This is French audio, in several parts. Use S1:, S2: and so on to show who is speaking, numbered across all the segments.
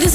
S1: this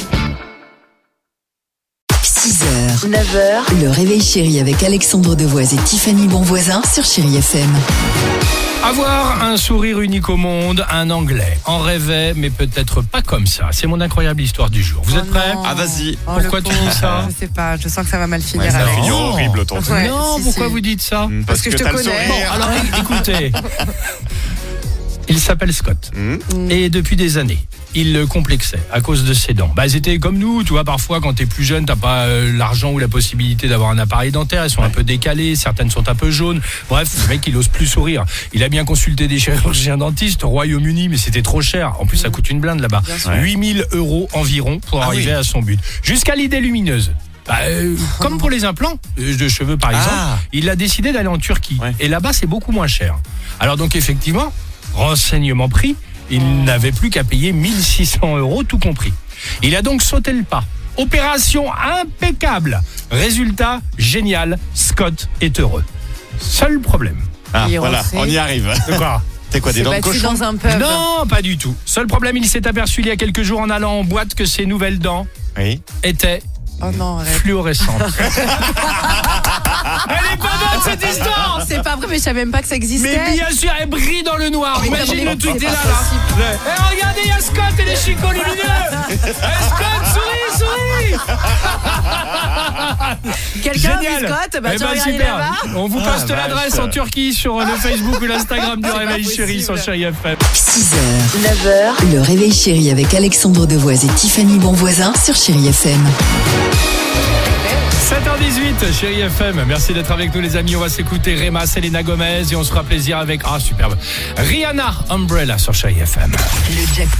S2: 6h, 9h, le réveil chéri avec Alexandre Devoise et Tiffany Bonvoisin sur Chérie FM.
S3: Avoir un sourire unique au monde, un Anglais en rêvait, mais peut-être pas comme ça. C'est mon incroyable histoire du jour. Vous êtes prêts
S4: Ah vas-y.
S5: Oh, le
S3: Pourquoi tu
S5: pauvre.
S3: dis ça
S5: Je sais pas, je sens que ça va mal finir.
S4: Ouais, ça va
S5: Alex.
S4: finir horrible autour de
S5: Ouais,
S3: Non,
S5: si,
S3: pourquoi
S5: si.
S3: vous dites ça
S4: Parce,
S5: Parce que je te
S4: t'as le
S5: connais.
S3: Bon,
S4: sourire.
S3: alors é- écoutez, il s'appelle Scott
S4: Hmm.
S3: et depuis des années, il le complexait à cause de ses dents. Bah, elles étaient comme nous, tu vois, parfois quand t'es plus jeune, t'as pas euh, l'argent ou la possibilité d'avoir un appareil dentaire, elles sont un peu décalées, certaines sont un peu jaunes. Bref, le mec, il ose plus sourire. Il a bien consulté des chirurgiens dentistes au Royaume-Uni, mais c'était trop cher. En plus, ça coûte une blinde là-bas. 8000 euros environ pour
S4: Mm. Ah oui. Oh
S3: arriver à son but. Jusqu'à l'idée lumineuse. Bah, euh, comme pour les implants euh, de cheveux par exemple,
S4: Ah.
S3: il a décidé d'aller en Turquie.
S4: Ouais.
S3: Et là-bas, c'est beaucoup moins cher. Alors donc effectivement, renseignement pris, il n'avait plus qu'à payer 1600 euros tout compris. Il a donc sauté le pas. Opération impeccable. Résultat génial. Scott est heureux. Seul problème.
S4: Ah,
S5: Il est
S4: voilà,
S5: rentré.
S4: on y arrive.
S3: Quoi
S4: T'es quoi, des
S5: S'est
S4: dents de
S5: battu
S4: cochon
S5: dans un pub.
S3: Non, pas du tout. Seul problème, il s'est aperçu il y a quelques jours en allant en boîte que ses nouvelles dents
S4: Oui.
S3: étaient
S5: Oh non, arrête.
S3: fluorescentes. Elle est pas bonne cette histoire
S5: Non, c'est pas vrai, mais je savais même pas que ça existait.
S3: Mais bien sûr, elle brille dans le noir.
S5: Mais
S3: Imagine
S5: attendez,
S3: le truc
S5: Ah c'est
S3: est là,
S5: pas
S3: là. Ouais. Eh, regardez, il y a Scott et les chicots lumineux. Eh, Scott, souris, souris.
S5: Quelqu'un a vu Scott Bah
S3: Eh ben,
S5: tiens, regarde, il est
S3: super.
S5: là-bas. Ah.
S3: On vous poste
S4: vache.
S3: l'adresse en Turquie sur euh, le Facebook ou l'Instagram du
S5: C'est pas
S3: Réveil Chéri
S5: possible.
S3: sur Chéri FM.
S2: 6h, 9h, le réveil chéri avec Alexandre Devoise et Tiffany Bonvoisin sur Chérie FM.
S3: 7h18, Chéri FM. Merci d'être avec nous, les amis. On va s'écouter Rema, Selena Gomez et on se fera plaisir avec. Ah, superbe. Rihanna Umbrella sur Chéri FM.
S2: Le jackpot.